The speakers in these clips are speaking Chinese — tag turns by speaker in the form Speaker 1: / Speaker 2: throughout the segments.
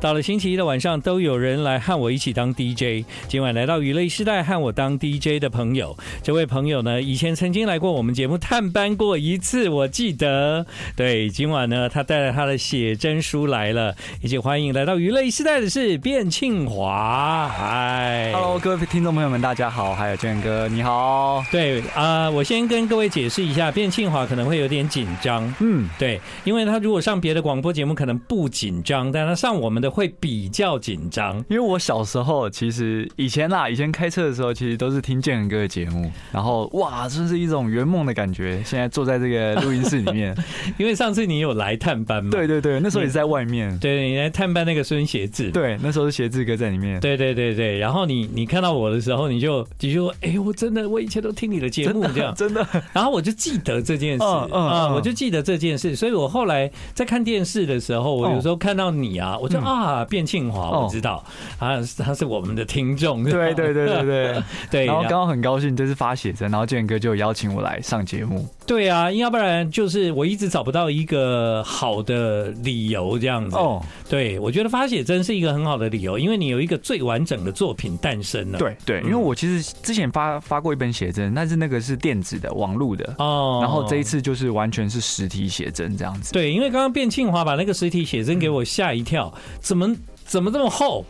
Speaker 1: 到了星期一的晚上，都有人来和我一起当 DJ。今晚来到娱乐时代和我当 DJ 的朋友，这位朋友呢，以前曾经来过我们节目探班过一次，我记得。对，今晚呢，他带来他的写真书来了，一起欢迎来到娱乐时代的是卞庆华。嗨
Speaker 2: Hello，各位听众朋友们，大家好，还有卷哥，你好。
Speaker 1: 对啊、我先跟各位解释一下，卞庆华可能会有点紧张。
Speaker 2: 嗯，
Speaker 1: 对，因为他如果上别的广播节目可能不紧张，但他上我们的会比较紧张。
Speaker 2: 因为我小时候其实以前啦，以前开车的时候其实都是听建仁哥的节目，然后哇，真是一种圆梦的感觉。现在坐在这个录音室里 面，
Speaker 1: 因为上次你有来探班嘛？
Speaker 2: 对对对，那时候也是在外面，
Speaker 1: 对，你来探班那个孙协志。
Speaker 2: 对，那时候是协志哥在里面，
Speaker 1: 对对对对，然后你你看到我的时候，你就你就说，哎、我真的我以前都听你的节目这样，
Speaker 2: 真的，
Speaker 1: 然后我就记得这件事啊、
Speaker 2: 嗯嗯嗯
Speaker 1: 我就记得这件事，所以我后来在看电视的时候，我有时候看到你啊，我就、啊，卞庆华，
Speaker 2: 嗯哦
Speaker 1: 我知道、啊，他是我们的听众，
Speaker 2: 对对对对对。
Speaker 1: 对，
Speaker 2: 然后
Speaker 1: 然
Speaker 2: 刚好很高兴，这次发写真，然后建仁哥就邀请我来上节目。
Speaker 1: 对啊，要不然就是我一直找不到一个好的理由这样子。
Speaker 2: 哦，
Speaker 1: 对，我觉得发写真是一个很好的理由，因为你有一个最完整的作品诞生了。，
Speaker 2: 对对，因为我其实之前发发过一本写真，但是那个是电子的、网路的，
Speaker 1: 哦
Speaker 2: 然后这一。次就是完全是实体写真这样子。
Speaker 1: 对，因为刚刚卞庆华把那个实体写真给我吓一跳，怎么怎么这么厚？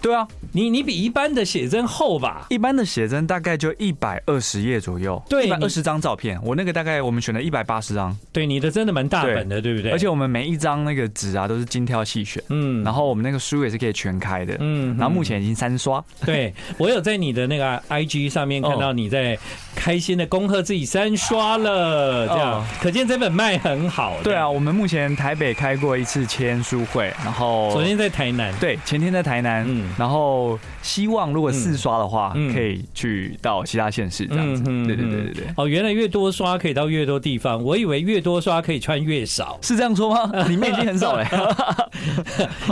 Speaker 2: 对啊，
Speaker 1: 你你比一般的写真厚吧？
Speaker 2: 一般的写真大概就一百二十页左右，
Speaker 1: 对
Speaker 2: 一百
Speaker 1: 你
Speaker 2: 二十张照片，我那个大概我们选了一百八十张，
Speaker 1: 对，你的真的蛮大本的，对不对？
Speaker 2: 而且我们每一张那个纸啊都是精挑细选，
Speaker 1: 嗯，
Speaker 2: 然后我们那个书也是可以全开的，
Speaker 1: 嗯
Speaker 2: 然后目
Speaker 1: 前
Speaker 2: 前已经三刷，
Speaker 1: 对我有在你的那个 IG 上面
Speaker 2: 哦
Speaker 1: 看到你在开心的恭贺自己三刷了，这样
Speaker 2: 哦
Speaker 1: 可见这本卖很好。
Speaker 2: 对
Speaker 1: 这
Speaker 2: 啊，
Speaker 1: 样，
Speaker 2: 我们目前台北开过一次签书会，然后
Speaker 1: 昨天在台南。
Speaker 2: 对前天在台南，
Speaker 1: 嗯
Speaker 2: 然后希望如果四刷的话，
Speaker 1: 嗯
Speaker 2: 可以去到其他县市这样子，
Speaker 1: 嗯嗯
Speaker 2: 对对对
Speaker 1: 嗯
Speaker 2: 对对，
Speaker 1: 哦，原来越多刷可以到越多地方，我以为越多刷可以穿越
Speaker 2: 。
Speaker 1: 少
Speaker 2: 是这样说 吗？里面已经很少了、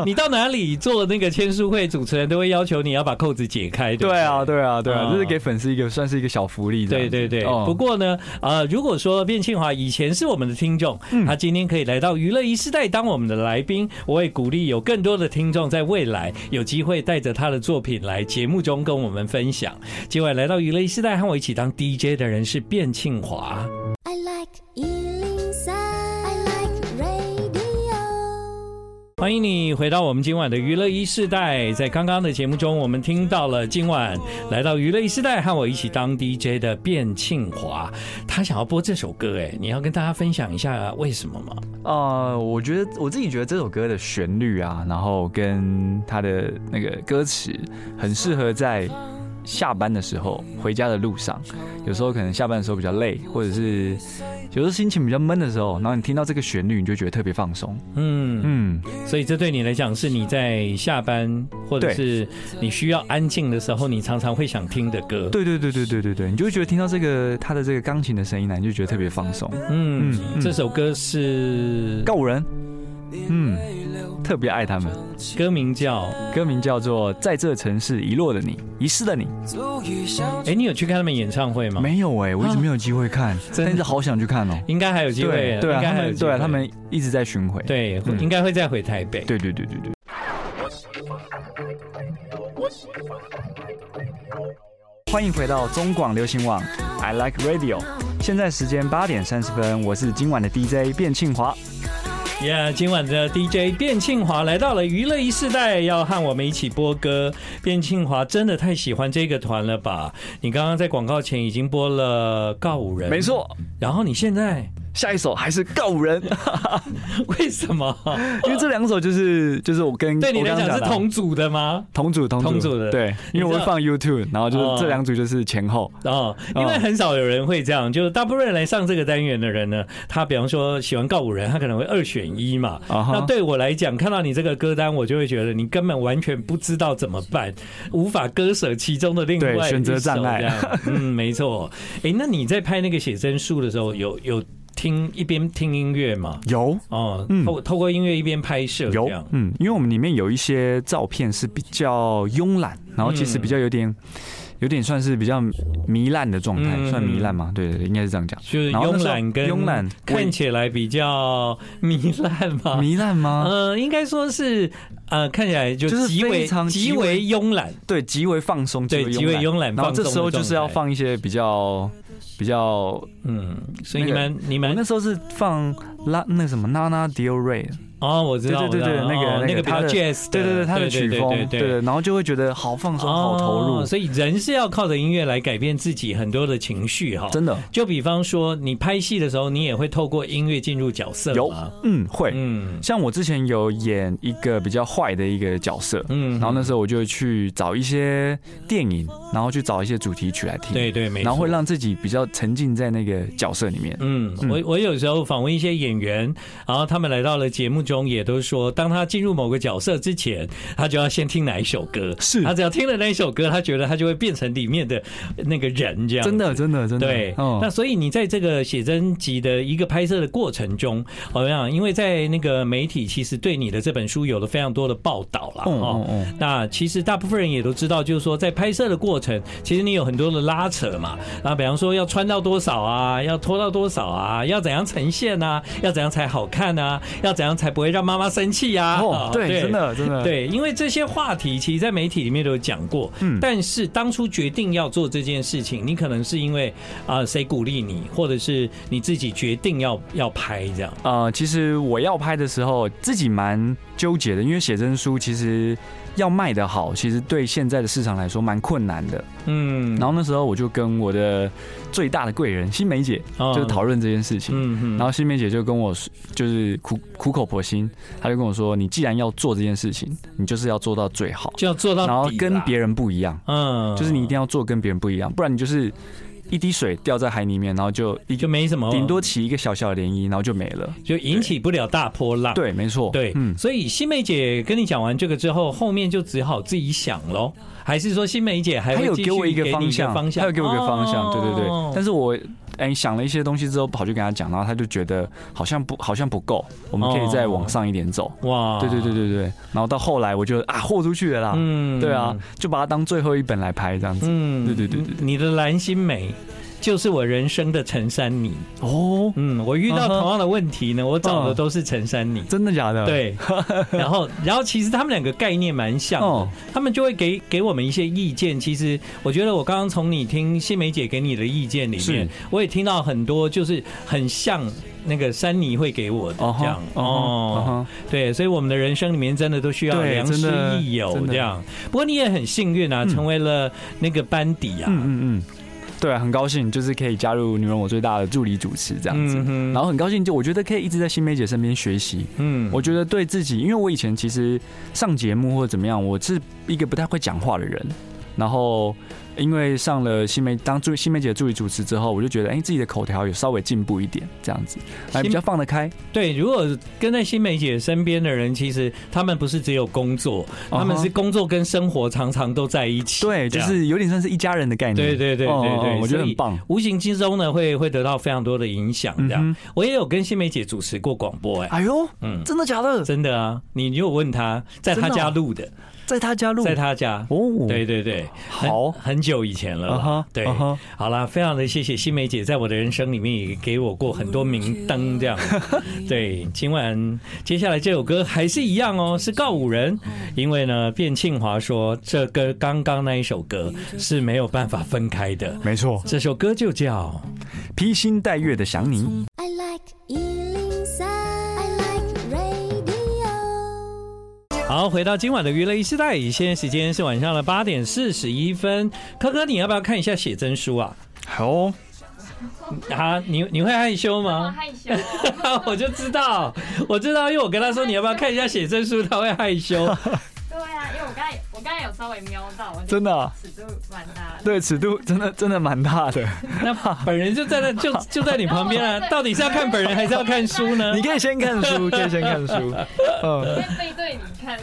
Speaker 1: 你到哪里做那个签书会，主持人都会要求你要把扣子解开。不
Speaker 2: 对啊，。对啊，对啊，
Speaker 1: 嗯
Speaker 2: 这是给粉丝一个算是一个小福利这样
Speaker 1: 对
Speaker 2: 子。
Speaker 1: 对对，
Speaker 2: 哦
Speaker 1: 不过呢，呃，如果说卞庆华以前是我们的听众，
Speaker 2: 嗯
Speaker 1: 他今天可以来到娱乐一世代当我们的来宾，我也鼓励有更多的听众在未来有机会带着他的作品来节目中跟我们分享。今晚来到娱乐一世代和我一起当 DJ 的人是卞庆华。
Speaker 3: I like Ealing Sound. I like radio.
Speaker 1: 欢迎你回到我们今晚的娱乐一世代。在刚刚的节目中，我们听到了今晚来到娱乐一世代和我一起当 DJ 的卞庆华，他想要播这首歌，哎，你要跟大家分享一下为什么吗？
Speaker 2: 呃，我觉得我自己觉得这首歌的旋律啊，然后跟它的那个歌词，很适合在下班的时候回家的路上。有时候可能下班的时候比较累，或者是有时候心情比较闷的时候，然后你听到这个旋律，你就觉得特别放松。
Speaker 1: 嗯，
Speaker 2: 嗯，
Speaker 1: 所以这对你来讲是你在下班或者
Speaker 2: 对
Speaker 1: 是你需要安静的时候，你常常会想听的歌。
Speaker 2: 对对对对对对对，你就会觉得听到这个它的这个钢琴的声音呢，你就觉得特别放松。
Speaker 1: 嗯
Speaker 2: 嗯，嗯
Speaker 1: 这首歌是
Speaker 2: 告五人，嗯，特别爱他们。
Speaker 1: 歌名叫……
Speaker 2: 歌名叫做《在这城市遗落的你，遗失的你》。
Speaker 1: 哎，你有去看他们演唱会吗？
Speaker 2: 没有哎、我一直没有机会 看，
Speaker 1: 真的
Speaker 2: 但是好想去看哦、
Speaker 1: 应该还有机会，
Speaker 2: 对啊，
Speaker 1: 应该
Speaker 2: 他
Speaker 1: 还有
Speaker 2: 们
Speaker 1: 机
Speaker 2: 对
Speaker 1: 会
Speaker 2: 啊，他们一直在巡回。
Speaker 1: 对，
Speaker 2: 嗯
Speaker 1: 应该会再回台北。
Speaker 2: 对对对对对。欢迎回到中广流行网，I like radio。现在时间八点三十分，我是今晚的 DJ 卞庆华。
Speaker 1: 呀今晚的 DJ 卞庆华来到了娱乐一世代，要和我们一起播歌。卞庆华真的太喜欢这个团了吧？你刚刚在广告前已经播了告五人，
Speaker 2: 没。错，
Speaker 1: 然后你现在
Speaker 2: 下一首还是告五 人，
Speaker 1: 为什 么？
Speaker 2: 因为这两首就是就是我跟
Speaker 1: 对你
Speaker 2: 我
Speaker 1: 来
Speaker 2: 刚刚
Speaker 1: 讲是
Speaker 2: 的啊
Speaker 1: 同组的吗？
Speaker 2: 同组同
Speaker 1: 同组的
Speaker 2: 对，因为我
Speaker 1: 你
Speaker 2: 会
Speaker 1: 知道
Speaker 2: 放 YouTube，然后
Speaker 1: 哦
Speaker 2: 就是这两组就是前后。
Speaker 1: 哦，因为很少有人会这样，就是大部分来上这个单元的人呢，他比方说喜欢告五人，他可能会二选一嘛。
Speaker 2: 啊哈
Speaker 1: 那对我来讲，看到你这个歌单，我就会觉得你根本完全不知道怎么办，无法割舍其中的另外
Speaker 2: 对
Speaker 1: 一首
Speaker 2: 选择障碍
Speaker 1: 这样。嗯，没错。哎，那你在拍那个写真书的时候，有有听一边听音乐吗？
Speaker 2: 有
Speaker 1: 哦，
Speaker 2: 嗯
Speaker 1: 透透过音乐一边拍摄，这
Speaker 2: 有
Speaker 1: 样，
Speaker 2: 嗯，因为我们里面有一些照片是比较慵懒，然后其实比较有点有点算是比较糜烂的状态，
Speaker 1: 嗯
Speaker 2: 算糜烂吗？对对对，应该是这样讲。
Speaker 1: 就是
Speaker 2: 然后那
Speaker 1: 慵
Speaker 2: 时候
Speaker 1: 懒跟
Speaker 2: 慵懒
Speaker 1: 看起来比较糜烂吧。
Speaker 2: 糜烂吗？
Speaker 1: 呃，应该说是呃，看起来就
Speaker 2: 就是
Speaker 1: 极为
Speaker 2: 非常
Speaker 1: 极
Speaker 2: 极
Speaker 1: 为
Speaker 2: 为
Speaker 1: 慵懒，
Speaker 2: 对，极为放松，
Speaker 1: 对，极为慵懒。
Speaker 2: 然后这
Speaker 1: 放
Speaker 2: 时
Speaker 1: 松
Speaker 2: 候
Speaker 1: 的
Speaker 2: 就是要
Speaker 1: 状态，
Speaker 2: 放一些比较比较，
Speaker 1: 嗯，所以你
Speaker 2: 那个
Speaker 1: 们你
Speaker 2: 我
Speaker 1: 们
Speaker 2: 那时候是放拉那个什么 Nana Del Rey，
Speaker 1: 哦，我知道，
Speaker 2: 对对对
Speaker 1: 我知道
Speaker 2: 对那个
Speaker 1: 哦
Speaker 2: 那个
Speaker 1: 那个比较
Speaker 2: 他的
Speaker 1: jazz，的
Speaker 2: 对对对，他的曲风，对对，然后就会觉得好放松，好投
Speaker 1: 哦
Speaker 2: 入，
Speaker 1: 所以人是要靠着音乐来改变自己很多的情绪哈。
Speaker 2: 真的
Speaker 1: 就比方说，你拍戏的时候，你也会透过音乐进入角色
Speaker 2: 有
Speaker 1: 吗，
Speaker 2: 嗯，会。
Speaker 1: 嗯
Speaker 2: 像我之前有演一个比较坏的一个角色，
Speaker 1: 嗯
Speaker 2: 然后那时候我就去找一些电影，然后去找一些主题曲来听，
Speaker 1: 对对没错，
Speaker 2: 然后会让自己比较沉浸在那个角色里面。
Speaker 1: 嗯，
Speaker 2: 嗯
Speaker 1: 我我有时候访问一些演员，然后他们来到了节目中，也都说，当他进入某个角色之前，他就要先听哪一首歌，
Speaker 2: 是
Speaker 1: 他只要听了那一首歌，他觉得他就会变成里面的那个人，这样
Speaker 2: 真的，真的，真的，
Speaker 1: 对，
Speaker 2: 嗯
Speaker 1: 那所以你在这个写真集的一个拍摄的过程中，哦我想，因为在那个媒体其实对你的这本书有了非常多的报道啦。
Speaker 2: 嗯
Speaker 1: 哦
Speaker 2: 嗯。嗯，
Speaker 1: 那其实大部分人也都知道，就是说在拍摄的过程，其实你有很多的拉扯嘛。啊，比方说要穿到多少啊，要脱到多少啊，要怎样呈现啊，要怎样才好看啊，要怎样才不会让妈妈生气呀、啊？
Speaker 2: 哦，对，真的，真的，
Speaker 1: 对，因为这些话题其实，在媒体里面都有讲过。
Speaker 2: 嗯
Speaker 1: 但是当初决定要做这件事情，你可能是因为啊、谁鼓励你，或者是你自己决定要要拍这样。
Speaker 2: 呃，其实我要拍的时候自己蛮纠结的，因为写真书其实要卖得好，其实对现在的市场来说蛮困难的。
Speaker 1: 嗯
Speaker 2: 然后那时候我就跟我的最大的贵人新梅姐
Speaker 1: 后
Speaker 2: 就讨论这件事情。
Speaker 1: 嗯嗯
Speaker 2: 然后新梅姐就跟我说，就是苦苦口婆心，她就跟我说：“你既然要做这件事情，你就是要做到最好，
Speaker 1: 就要做到底
Speaker 2: 然
Speaker 1: 啦，
Speaker 2: 后跟别人不一样，
Speaker 1: 嗯，
Speaker 2: 就是你一定要做跟别人不一样，不然你就是一滴水掉在海里面，然后就一
Speaker 1: 就
Speaker 2: 个
Speaker 1: 没什么，
Speaker 2: 顶多起一个小小的涟漪，然后就没了。
Speaker 1: 就引起不了大波浪。
Speaker 2: 对，没错，
Speaker 1: 啊对，
Speaker 2: 嗯，
Speaker 1: 所以新梅姐跟你讲完这个之后，后面就只好自己想喽，还是说新梅姐还
Speaker 2: 他
Speaker 1: 会
Speaker 2: 有
Speaker 1: 继
Speaker 2: 给我
Speaker 1: 续
Speaker 2: 一个
Speaker 1: 给你
Speaker 2: 方向，
Speaker 1: 方向，
Speaker 2: 他有给我一个方向，对对
Speaker 1: 哦
Speaker 2: 对。但是我哎、想了一些东西之后，跑去跟他讲，然后他就觉得好像不好像不够，我们可以
Speaker 1: 哦
Speaker 2: 再往上一点走。
Speaker 1: 哇，
Speaker 2: 对对对对对。然后到后来我就啊豁出去了啦，
Speaker 1: 嗯
Speaker 2: 对啊，，就把它当最后一本来拍这样子。
Speaker 1: 嗯
Speaker 2: 对对对对
Speaker 1: 你的蓝心湄就是我人生的陈珊妮。
Speaker 2: 哦，
Speaker 1: 嗯，嗯我遇到
Speaker 2: 嗯哼
Speaker 1: 同样的问题呢，我找的都是陈珊妮。
Speaker 2: 真的假 的？，
Speaker 1: 对，然后，然后其实他们两个概念蛮像的
Speaker 2: 哦，
Speaker 1: 他们就会给给我们一些意见。其实我觉得我刚刚从你听谢梅姐给你的意见里面
Speaker 2: 是，
Speaker 1: 我也听到很多就是很像那个珊妮会给我的
Speaker 2: 哦
Speaker 1: 这样
Speaker 2: 哈哦哈，
Speaker 1: 对，所以我们的人生里面真的都需要
Speaker 2: 对
Speaker 1: 良师
Speaker 2: 真的
Speaker 1: 益友
Speaker 2: 真的
Speaker 1: 这样。不过你也很幸运啊，
Speaker 2: 嗯
Speaker 1: 成为了那个班底啊。
Speaker 2: 嗯嗯嗯，对啊，很高兴就是可以加入女人我最大的助理主持这样子。
Speaker 1: 哼
Speaker 2: 然后很高兴，就我觉得可以一直在新梅姐身边学习，
Speaker 1: 嗯
Speaker 2: 我觉得对自己，因为我以前其实上节目或者怎么样，我是一个不太会讲话的人。然后因为上了新梅当助新梅姐的助理主持之后，我就觉得哎、自己的口条有稍微进步一点，这样子，还比较放得开。
Speaker 1: 对，如果跟在新梅姐身边的人，其实他们不是只有工作，他们
Speaker 2: 嗯哼
Speaker 1: 是工作跟生活常常都在一起。
Speaker 2: 对，就
Speaker 1: 这样
Speaker 2: 是有点像是一家人的概念。
Speaker 1: 对对对对
Speaker 2: 哦哦
Speaker 1: 对，
Speaker 2: 我觉得
Speaker 1: 所以
Speaker 2: 很棒。
Speaker 1: 无形之中呢，会会得到非常多的影响。这样，
Speaker 2: 嗯哼，
Speaker 1: 我也有跟新梅姐主持过广播、哎，
Speaker 2: 哎呦，
Speaker 1: 嗯，
Speaker 2: 真的假的？
Speaker 1: 真的啊，你有问她，在她
Speaker 2: 真的哦
Speaker 1: 家录的，
Speaker 2: 在他家录？
Speaker 1: 在她家，
Speaker 2: 哦，
Speaker 1: 对，对对，很
Speaker 2: 好
Speaker 1: 很久以前了啦。
Speaker 2: 啊哈，
Speaker 1: 对
Speaker 2: 啊哈
Speaker 1: 好啦，非常的谢谢新梅姐，在我的人生里面也给我过很多明灯，这样。对，今晚接下来这首歌还是一样哦，是告五人，因为呢，卞庆华说这跟刚刚那一首歌是没有办法分开的，
Speaker 2: 没错，
Speaker 1: 这首歌就叫。
Speaker 2: 披星戴月的想你。
Speaker 3: I like Ealing Sound. I like radio.
Speaker 1: 好，回到今晚的娱乐一时代，现在时间是晚上的八点四十一分。科科，你要不要看一下写真书啊？
Speaker 2: 好、哦，
Speaker 1: 啊，你你会害羞
Speaker 4: 好
Speaker 1: 吗？
Speaker 4: 害羞、 哦，
Speaker 1: 我就知道，我知道，因为我跟他说你要不要看一下写真书，他会害羞。
Speaker 4: 对啊，因为我刚才我刚才有稍微瞄到，我觉
Speaker 2: 真
Speaker 4: 得
Speaker 2: 的啊、
Speaker 4: 尺度蛮大的。
Speaker 2: 对，尺度真的真的蛮 大的。
Speaker 1: 那 本人就在那，就就在你旁边啊。到底是要看本人还是要看书 呢
Speaker 2: 你？可以先看书，可以先看书。嗯，
Speaker 4: 因为背对你看，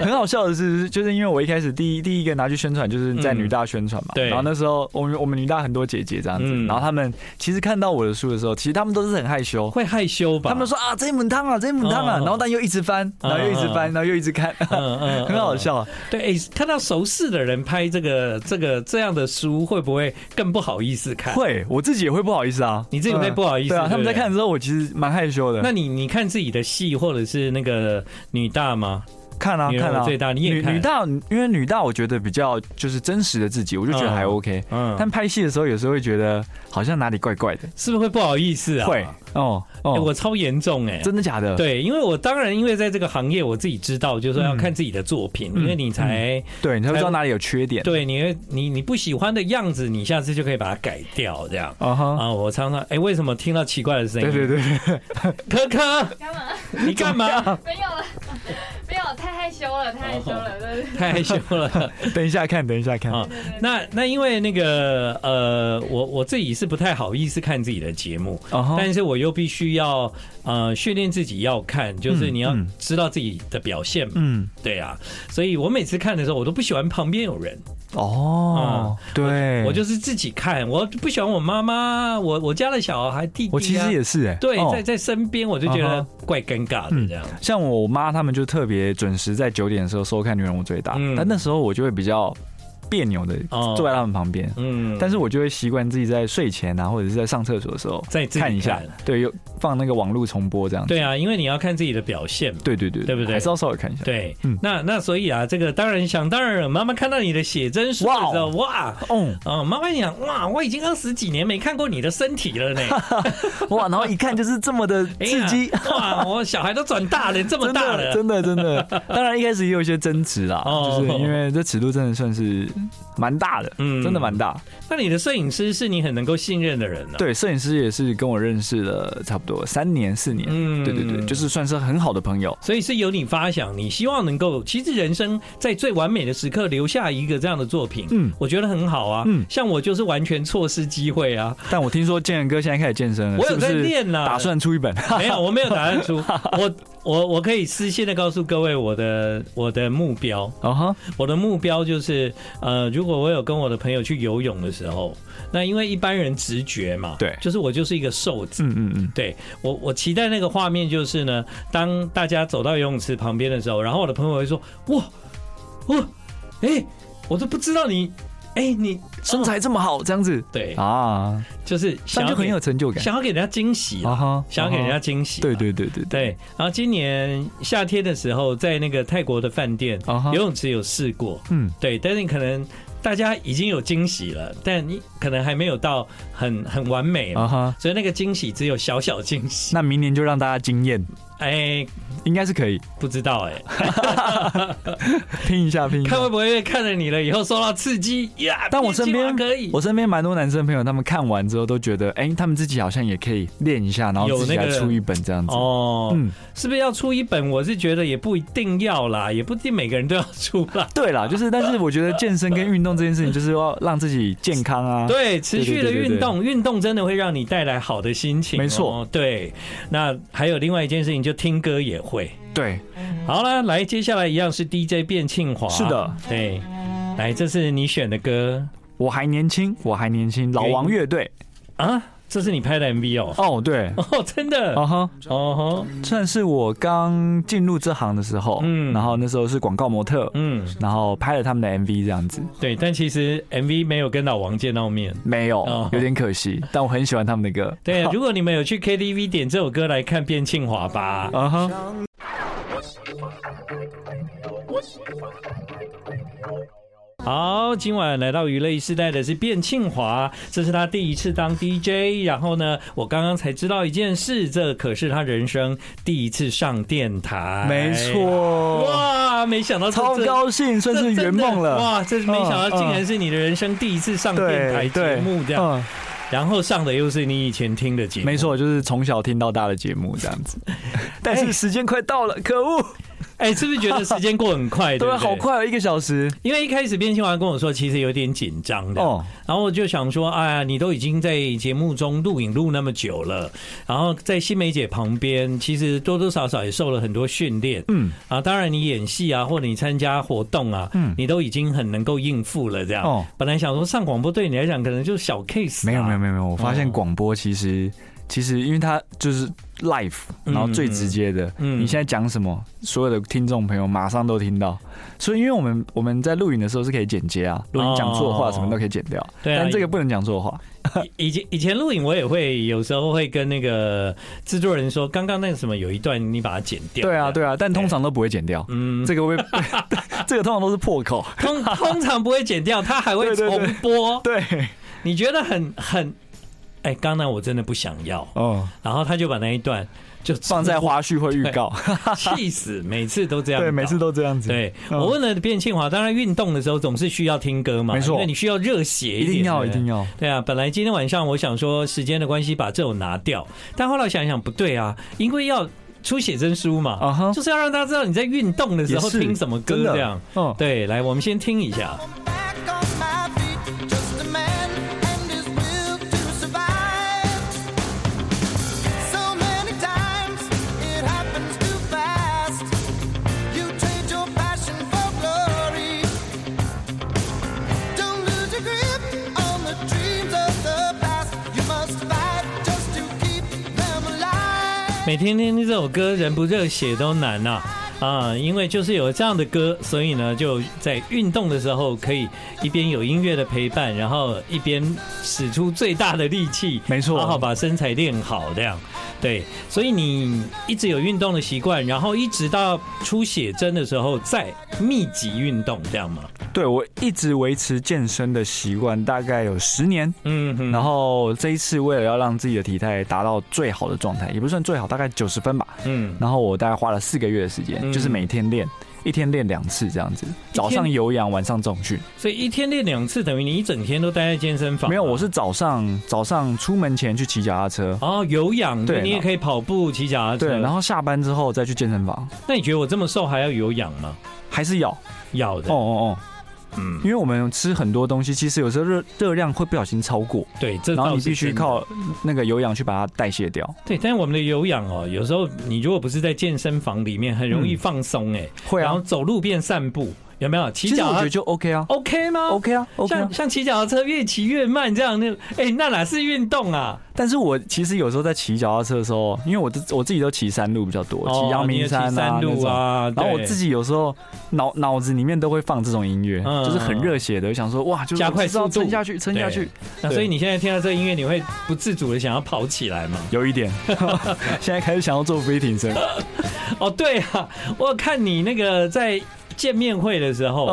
Speaker 2: 很好笑的是，就是因为我一开始第一第一个拿去宣传，就是在女大宣传嘛。
Speaker 1: 嗯对
Speaker 2: 然后那时候我们我们女大很多姐姐这样子，
Speaker 1: 嗯
Speaker 2: 然后她们其实看到我的书的时候，其实她们都是很害羞。
Speaker 1: 会害羞吧？
Speaker 2: 她们说啊，这一母汤啊，这一母汤啊，
Speaker 1: 哦
Speaker 2: 然后但又一直翻，然后又一直翻，然后又一直看，
Speaker 1: 嗯，嗯嗯，
Speaker 2: 很好笑啊！
Speaker 1: 对，哎、看到熟识的人拍这个这个这样的书，会不会更不好意思看？
Speaker 2: 会，我自己也会不好意思啊。
Speaker 1: 你自己会不好意思
Speaker 2: 对啊，
Speaker 1: 对不对
Speaker 2: 他们在看的时候，我其实蛮害羞的。
Speaker 1: 那你你看自己的戏，或者是那个女大吗？
Speaker 2: 看啊
Speaker 1: 女人
Speaker 2: 看啊，
Speaker 1: 我最大你也
Speaker 2: 女
Speaker 1: 看
Speaker 2: 女大，因为女大我觉得比较就是真实的自己，我就觉得还
Speaker 1: 嗯
Speaker 2: OK。
Speaker 1: 嗯，
Speaker 2: 但拍戏的时候，有时候会觉得好像哪里怪怪的，
Speaker 1: 是不是会不好意思啊？
Speaker 2: 会哦
Speaker 1: 哎
Speaker 2: 哦，
Speaker 1: 我超严重哎、
Speaker 2: 真的假的？
Speaker 1: 对，因为我当然因为在这个行业，我自己知道，就是说要
Speaker 2: 嗯
Speaker 1: 看自己的作品，
Speaker 2: 嗯
Speaker 1: 因为你才、
Speaker 2: 对，你才会知道哪里有缺点。
Speaker 1: 对你会你你不喜欢的样子，你下次就可以把它改掉，这样。
Speaker 2: 啊哈，
Speaker 1: 啊！我常常哎、为什么听到奇怪的声音？
Speaker 2: 对对对，
Speaker 1: 对，可可，
Speaker 4: 干嘛？
Speaker 1: 你干嘛？
Speaker 4: 没有了，没有，太害羞了，太害羞了，对对
Speaker 1: 太害羞了。
Speaker 2: 等一下看，等一下看。
Speaker 1: 啊
Speaker 4: 对对。
Speaker 1: 那那因为那个呃，我我自己是不太好意思看自己的节目，
Speaker 2: 啊哈，
Speaker 1: 但是我又必须要呃训练自己要看，就是
Speaker 2: 嗯
Speaker 1: 你要
Speaker 2: 嗯
Speaker 1: 知道自己的表现嘛，
Speaker 2: 嗯，
Speaker 1: 对啊。所以我每次看的时候，我都不喜欢旁边有人，
Speaker 2: 哦，对，
Speaker 1: 我就是自己看，我不喜欢我妈妈，我我家的小孩弟弟、啊，
Speaker 2: 我其实也是哎，
Speaker 1: 对，
Speaker 2: 哦
Speaker 1: 在在身边我就觉得
Speaker 2: 啊
Speaker 1: 怪尴尬的
Speaker 2: 嗯
Speaker 1: 这样。
Speaker 2: 像我妈他们就特别准时在九点的时候收看《女人我最大》
Speaker 1: 嗯
Speaker 2: 但那时候我就会比较别扭的
Speaker 1: 哦
Speaker 2: 坐在他们旁边，
Speaker 1: 嗯，
Speaker 2: 但是我就会习惯自己在睡前啊，或者是在上厕所的时候
Speaker 1: 在自己
Speaker 2: 看一下
Speaker 1: 看，
Speaker 2: 对，有放那个网络重播这样子。
Speaker 1: 对啊，因为你要看自己的表现嘛。
Speaker 2: 对对对，
Speaker 1: 对不对
Speaker 2: 还是要稍微看一下。
Speaker 1: 对，
Speaker 2: 嗯
Speaker 1: 那那所以啊，这个当然想当然，妈妈看到你的写真书
Speaker 2: 哇
Speaker 1: 的
Speaker 2: 哦
Speaker 1: 时候，哇，
Speaker 2: 哦，
Speaker 1: 哦，妈妈想，哇，我已经二十几年没看过你的身体 了呢，
Speaker 2: 哇，然后一看就是这么的
Speaker 1: 哎
Speaker 2: 刺
Speaker 1: 呀
Speaker 2: 激，
Speaker 1: 哇，我小孩都长大了，这么
Speaker 2: 真
Speaker 1: 大
Speaker 2: 的
Speaker 1: 了，
Speaker 2: 真的 真的。当然一开始也有一些争执啦，
Speaker 1: 哦
Speaker 2: 就是因为这尺度真的算是蛮大的，
Speaker 1: 嗯
Speaker 2: 真的蛮大。
Speaker 1: 那你的摄影师是你很能够信任的人啊呢、，
Speaker 2: 对，摄影师也是跟我认识了差不多三年四年，
Speaker 1: 嗯
Speaker 2: 对对对，就是算是很好的朋友。
Speaker 1: 所以是由你发想，你希望能够，其实人生在最完美的时刻留下一个这样的作品，
Speaker 2: 嗯
Speaker 1: 我觉得很好啊，
Speaker 2: 嗯
Speaker 1: 像我就是完全错失机会 啊，
Speaker 2: 但我听说建仁哥现在开始健身了，
Speaker 1: 我有
Speaker 2: 是不是
Speaker 1: 在练啦
Speaker 2: 打算出一本。
Speaker 1: 没有，我没有打算出，我我我可以私信的告诉各位我的我的目标，
Speaker 2: 哦哈，
Speaker 1: 我的目标就是，呃，如果我有跟我的朋友去游泳的时候，那因为一般人直觉嘛，
Speaker 2: 对
Speaker 1: 就是我就是一个瘦子。
Speaker 2: 嗯嗯嗯，
Speaker 1: 对我，我期待那个画面就是呢，当大家走到游泳池旁边的时候，然后我的朋友会说：“哇，哇，哎、我都不知道你，哎、你
Speaker 2: 身、材这么好，这样子
Speaker 1: 哦对，
Speaker 2: 啊，
Speaker 1: 就是
Speaker 2: 那
Speaker 1: 想
Speaker 2: 就
Speaker 1: 要
Speaker 2: 很有
Speaker 1: 给
Speaker 2: 成就感。
Speaker 1: 想要给人家惊喜
Speaker 2: 啊
Speaker 1: 啊，
Speaker 2: 哈，
Speaker 1: 想要给人家
Speaker 2: 啊哈，
Speaker 1: 惊喜嘛，
Speaker 2: 对对对对
Speaker 1: 对，然后今年夏天的时候，在那个泰国的饭店、
Speaker 2: 啊哈
Speaker 1: 游泳池有试过，
Speaker 2: 嗯，
Speaker 1: 对，但是你可能大家已经有惊喜了，但你可能还没有到很很完美嘛
Speaker 2: 啊哈。
Speaker 1: 所以那个惊喜只有小小惊喜。
Speaker 2: 那明年就让大家惊艳，
Speaker 1: 哎，
Speaker 2: 应该是可以
Speaker 1: 不知道哎，
Speaker 2: 拼一下拼一 下
Speaker 1: 看。会不会看了你了以后受到刺激呀？
Speaker 2: 但我
Speaker 1: 毕竟
Speaker 2: 身边
Speaker 1: 还可以，
Speaker 2: 我身边蛮多男生朋友，他们看完之后都觉得，哎、他们自己好像也可以练一下，然后
Speaker 1: 有
Speaker 2: 自己
Speaker 1: 那
Speaker 2: 来
Speaker 1: 个
Speaker 2: 出一本这样子。
Speaker 1: 哦，
Speaker 2: 嗯，
Speaker 1: 是不是要出一本？我是觉得也不一定要啦，也不一定每个人都要出啦。
Speaker 2: 对啦，就是，但是我觉得健身跟运动这件事情，就是要让自己健康啊。
Speaker 1: 对，持续的
Speaker 2: 对对对对
Speaker 1: 运动，运动真的会让你带来好的心情、哦
Speaker 2: 没错，
Speaker 1: 对。那还有另外一件事情，就听歌也会。
Speaker 2: 对，
Speaker 1: 好了，来，接下来一样是 DJ 卞庆华。
Speaker 2: 是的，
Speaker 1: 对。来，这是你选的歌
Speaker 2: 我还年轻，我还年轻，老王乐队。
Speaker 1: 啊？这是你拍的 MV 哦？
Speaker 2: 哦，对，
Speaker 1: 哦，真的？
Speaker 2: 啊哈，
Speaker 1: 哦吼，
Speaker 2: 算是我刚进入这行的时候，
Speaker 1: 嗯
Speaker 2: 嗯，然后那时候是广告模特，
Speaker 1: 嗯，
Speaker 2: 然后拍了他们的 MV 这样子，
Speaker 1: 对。但其实 MV 没有跟老王见到面。
Speaker 2: 没有
Speaker 1: 哦，
Speaker 2: 有点可惜，但我很喜欢他们的歌。
Speaker 1: 对，啊如果你们有去 KTV 点这首歌来看卞庆华吧。
Speaker 2: 啊哈，
Speaker 1: 好，今晚来到娱乐一时代的是卞庆华，这是他第一次当 DJ。然后呢，我刚刚才知道一件事，这可是他人生第一次上电台。
Speaker 2: 没。错，
Speaker 1: 哎哇，没想到这
Speaker 2: 超，高兴，
Speaker 1: 这
Speaker 2: 算是圆梦
Speaker 1: 这真的
Speaker 2: 了。
Speaker 1: 哇，这没想到竟然是你的人生第一次上电台
Speaker 2: 对
Speaker 1: 节
Speaker 2: 对，
Speaker 1: 目这样，
Speaker 2: 嗯
Speaker 1: 然后上的又是你以前听的节目。
Speaker 2: 没错，就是从小听到大的节目这样 子。但是时间快到了，可恶，
Speaker 1: 哎，是不是觉得时间过很 快？对
Speaker 2: 对
Speaker 1: 不
Speaker 2: 啊，
Speaker 1: 对，
Speaker 2: 好。快哦，一个小时。
Speaker 1: 因为一开始卞庆华跟我说，其实有点紧张的。
Speaker 2: 哦，
Speaker 1: 然后我就想说，哎呀，你都已经在节目中录影录那么久了，然后在新梅姐旁边，其实多多少少也受了很多训练。
Speaker 2: 嗯，
Speaker 1: 啊，当然你演戏啊，或者你参加活动啊，
Speaker 2: 嗯
Speaker 1: 你都已经很能够应付了。这样，
Speaker 2: 哦
Speaker 1: 本来想说上广播对你来讲可能就是小 case，、啊、
Speaker 2: 没有没有没有没有，我发现
Speaker 1: 哦
Speaker 2: 广播其实其实因为它就是 live，然后最直接的，
Speaker 1: 嗯
Speaker 2: 你现在讲什么，所有的听众朋友马上都听到。所以，因为我们我们在录影的时候是可以剪接啊，如果你讲错话什么都可以剪掉，
Speaker 1: 哦对啊
Speaker 2: 但这个不能讲错话。
Speaker 1: 以以前以前录影我也会有时候会跟那个制作人说，刚刚那个什么有一段你把它剪掉。
Speaker 2: 对啊，对啊，但通常都不会剪掉。
Speaker 1: 嗯，
Speaker 2: 这个会， 这个通常都是破口。
Speaker 1: 通通常不会剪掉，他还会
Speaker 2: 对对对
Speaker 1: 重播。
Speaker 2: 对，
Speaker 1: 你觉得很很，哎，刚才我真的不想要，
Speaker 2: 哦，
Speaker 1: 然后他就把那一段就
Speaker 2: 放在花絮会预告。
Speaker 1: 气死，每次都这样搞，
Speaker 2: 对，每次都这样子。
Speaker 1: 对。
Speaker 2: 嗯
Speaker 1: 我问了卞庆华，当然运动的时候总是需要听歌嘛，
Speaker 2: 没错
Speaker 1: 因为你需要热血
Speaker 2: 一
Speaker 1: 点，
Speaker 2: 定要，
Speaker 1: 对
Speaker 2: 一
Speaker 1: 不对
Speaker 2: 定要。
Speaker 1: 对啊，本来今天晚上我想说时间的关系把这种拿掉，但后来想一想不对啊，因为要出写真书嘛
Speaker 2: 啊哈
Speaker 1: 就是要让大家知道你在运动的时候
Speaker 2: 也是
Speaker 1: 听什么歌
Speaker 2: 真的
Speaker 1: 这样。
Speaker 2: 嗯
Speaker 1: 对，来，我们先听一下。
Speaker 5: Back on my feet, just a man and his will to survive. So many times it happens too fast. You trade your passion for glory. Don't lose your grip on the dreams of the past. You must fight just to keep them alive.
Speaker 1: 每天听这首歌，人不热血都难呐、啊！因为就是有这样的歌，所以呢，就在运动的时候可以一边有音乐的陪伴，然后一边使出最大的力气，
Speaker 2: 没错
Speaker 1: 好好把身材练好，这样。对，所以你一直有运动的习惯，然后一直到出写真的时候再密集运动，这样吗？
Speaker 2: 对我一直维持健身的习惯，大概有十年。
Speaker 1: 嗯哼，
Speaker 2: 然后这一次为了要让自己的体态达到最好的状态，也不算最好，大概九十分吧。
Speaker 1: 嗯，
Speaker 2: 然后我大概花了四个月的时
Speaker 1: 嗯
Speaker 2: 间，就是每天练，一天练两次这样子，早上有氧，晚上重训。
Speaker 1: 所以一天练两次，等于你一整天都待在健身房吗。
Speaker 2: 没有，我是早上早上出门前去骑脚踏车，
Speaker 1: 哦有氧，
Speaker 2: 对
Speaker 1: 对你也
Speaker 2: 然后
Speaker 1: 可以跑步、骑脚踏车。
Speaker 2: 对，然后下班之后再去健身房，
Speaker 1: 那你觉得我这么瘦还要有氧吗？
Speaker 2: 还是要。
Speaker 1: 要的，
Speaker 2: 哦哦哦，
Speaker 1: 嗯，
Speaker 2: 因为我们吃很多东西，其实有时候热热量会不小心超过，
Speaker 1: 对，这
Speaker 2: 然后
Speaker 1: 倒
Speaker 2: 你
Speaker 1: 是
Speaker 2: 必须
Speaker 1: 真的
Speaker 2: 靠那个有氧去把它代谢掉。
Speaker 1: 对，但是我们的有氧哦，有时候你如果不是在健身房里面，很容易放松哎、
Speaker 2: 会
Speaker 1: 然后
Speaker 2: 啊，
Speaker 1: 走路变散步，有没有？骑
Speaker 2: 其实我
Speaker 1: 脚
Speaker 2: 觉
Speaker 1: 踏
Speaker 2: 得就 OK 啊
Speaker 1: OK 吗
Speaker 2: ，OK 啊，OK 啊
Speaker 1: 像。像骑脚踏车越骑越慢这样，那哎、那哪是运动啊？
Speaker 2: 但是我其实有时候在骑脚踏车的时候，因为我自我自己都骑山路比较多，
Speaker 1: 哦
Speaker 2: 骑阳明
Speaker 1: 你也
Speaker 2: 山
Speaker 1: 骑
Speaker 2: 啊
Speaker 1: 山
Speaker 2: 那
Speaker 1: 路
Speaker 2: 种。
Speaker 1: 啊，
Speaker 2: 然后我
Speaker 1: 对
Speaker 2: 自己有时候脑脑子里面都会放这种音乐，
Speaker 1: 嗯
Speaker 2: 就是很热血的，想说哇，就是
Speaker 1: 加快
Speaker 2: 我知道
Speaker 1: 速度
Speaker 2: 撑下去，撑下去，
Speaker 1: 那所以你现在听到这个音乐，你会不自主的想要跑起来吗？
Speaker 2: 有一点。 现在开始想要做俯卧撑，
Speaker 1: 哦，对啊，我有看你那个在见面会的时候，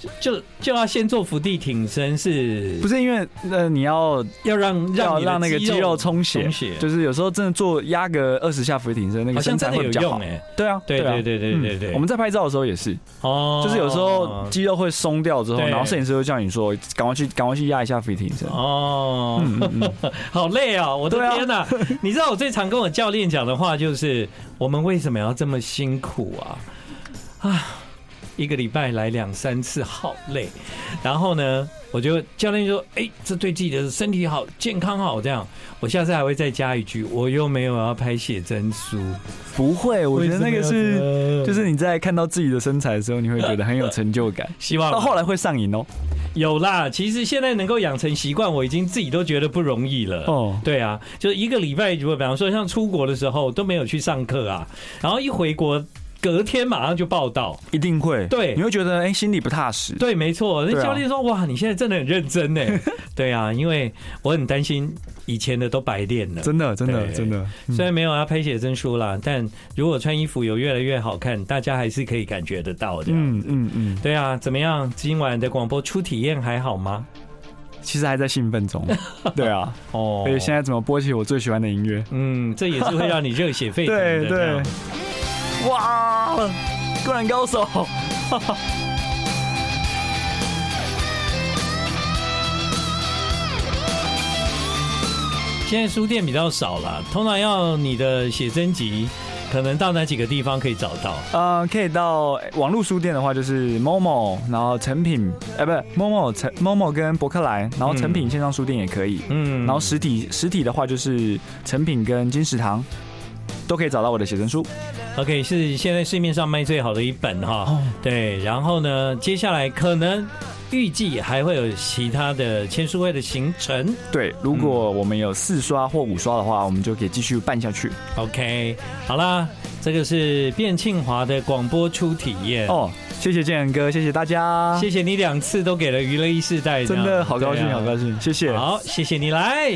Speaker 2: 嗯，
Speaker 1: 就就要先做伏地挺身是
Speaker 2: 不是因为呃你要
Speaker 1: 要让
Speaker 2: 要
Speaker 1: 让
Speaker 2: 让那个肌肉充血
Speaker 1: 充，血，
Speaker 2: 就是有时候真的做压个二十下俯卧挺身，那
Speaker 1: 好像
Speaker 2: 个
Speaker 1: 真
Speaker 2: 身材
Speaker 1: 的
Speaker 2: 会
Speaker 1: 有
Speaker 2: 比较
Speaker 1: 用
Speaker 2: 好
Speaker 1: 哎、。
Speaker 2: 对啊，
Speaker 1: 对
Speaker 2: 啊
Speaker 1: 对对对对对
Speaker 2: 我们在拍照的时候也是，
Speaker 1: 哦，
Speaker 2: 就是有时候肌肉会松掉之后，
Speaker 1: 对
Speaker 2: 然后摄影师会叫你说赶快去赶快去压一下俯卧挺身。
Speaker 1: 哦，
Speaker 2: 嗯嗯嗯，
Speaker 1: 好累哦，我的
Speaker 2: 对啊
Speaker 1: 天哪、你知道我最常跟我教练讲的话就是，我们为什么要这么辛苦啊？啊，一个礼拜来两三次，好累。然后呢，我就教练就说，哎、这对自己的身体好、健康好。这样，我下次还会再加一句，我又没有要拍写真书。
Speaker 2: 不会，我觉得那个是。
Speaker 1: 是，
Speaker 2: 就是你在看到自己的身材的时候，你会觉得很有成就感
Speaker 1: 希望
Speaker 2: 到
Speaker 1: 吧
Speaker 2: 后来会上瘾哦。
Speaker 1: 有啦，其实现在能够养成习惯，我已经自己都觉得不容易了。
Speaker 2: 哦，
Speaker 1: 对啊，就是一个礼拜，如果比方说像出国的时候都没有去上课啊，然后一回国。隔天马上就报道，
Speaker 2: 一定会。
Speaker 1: 对
Speaker 2: 你会觉得哎、心里不踏实。
Speaker 1: 对，没错。那
Speaker 2: 对啊
Speaker 1: 教练说：“哇，你现在真的很认真 呢。”对啊，因为我很担心以前的都白练了。
Speaker 2: 真的，真的，
Speaker 1: 对啊
Speaker 2: 真的。嗯
Speaker 1: 虽然没有要拍写真书啦，但如果穿衣服有越来越好看，大家还是可以感觉得到的。
Speaker 2: 嗯嗯嗯，
Speaker 1: 对啊，怎么样？今晚的广播初体验还好吗？
Speaker 2: 其实还在兴 奋中。对啊，
Speaker 1: 哦，
Speaker 2: 所以现在怎么播起我最喜欢的音乐？
Speaker 1: 嗯，这也是会让你热血沸腾的。
Speaker 2: 对
Speaker 1: 这样
Speaker 2: 对，哇，灌篮高手。
Speaker 1: 现在书店比较少了，通常要你的写真集，可能到哪几个地方可以找到？
Speaker 2: 呃，可以到网络书店的话，就是 Momo，然后成品，哎、不是 Momo 成 Momo 跟博客来，然后成品线上书店也可以。
Speaker 1: 嗯，
Speaker 2: 然后实体实体的话就是成品跟金石堂。都可以找到我的写真书，
Speaker 1: OK
Speaker 2: 哦
Speaker 1: 是现在市面上卖最好的一本哈，对，然后呢，接下来可能预计还会有其他的签书会的行程。
Speaker 2: 对，如果我们有四刷或五刷的话，我们就可以继续办下去。
Speaker 1: OK，好啦，这个是卞庆华的广播初体验。
Speaker 2: 哦，谢谢建仁哥，谢谢大家，
Speaker 1: 谢谢你两次都给了娱乐一世代，
Speaker 2: 真的好高兴，
Speaker 1: 对啊
Speaker 2: 好高兴，谢谢。
Speaker 1: 好，谢谢你来。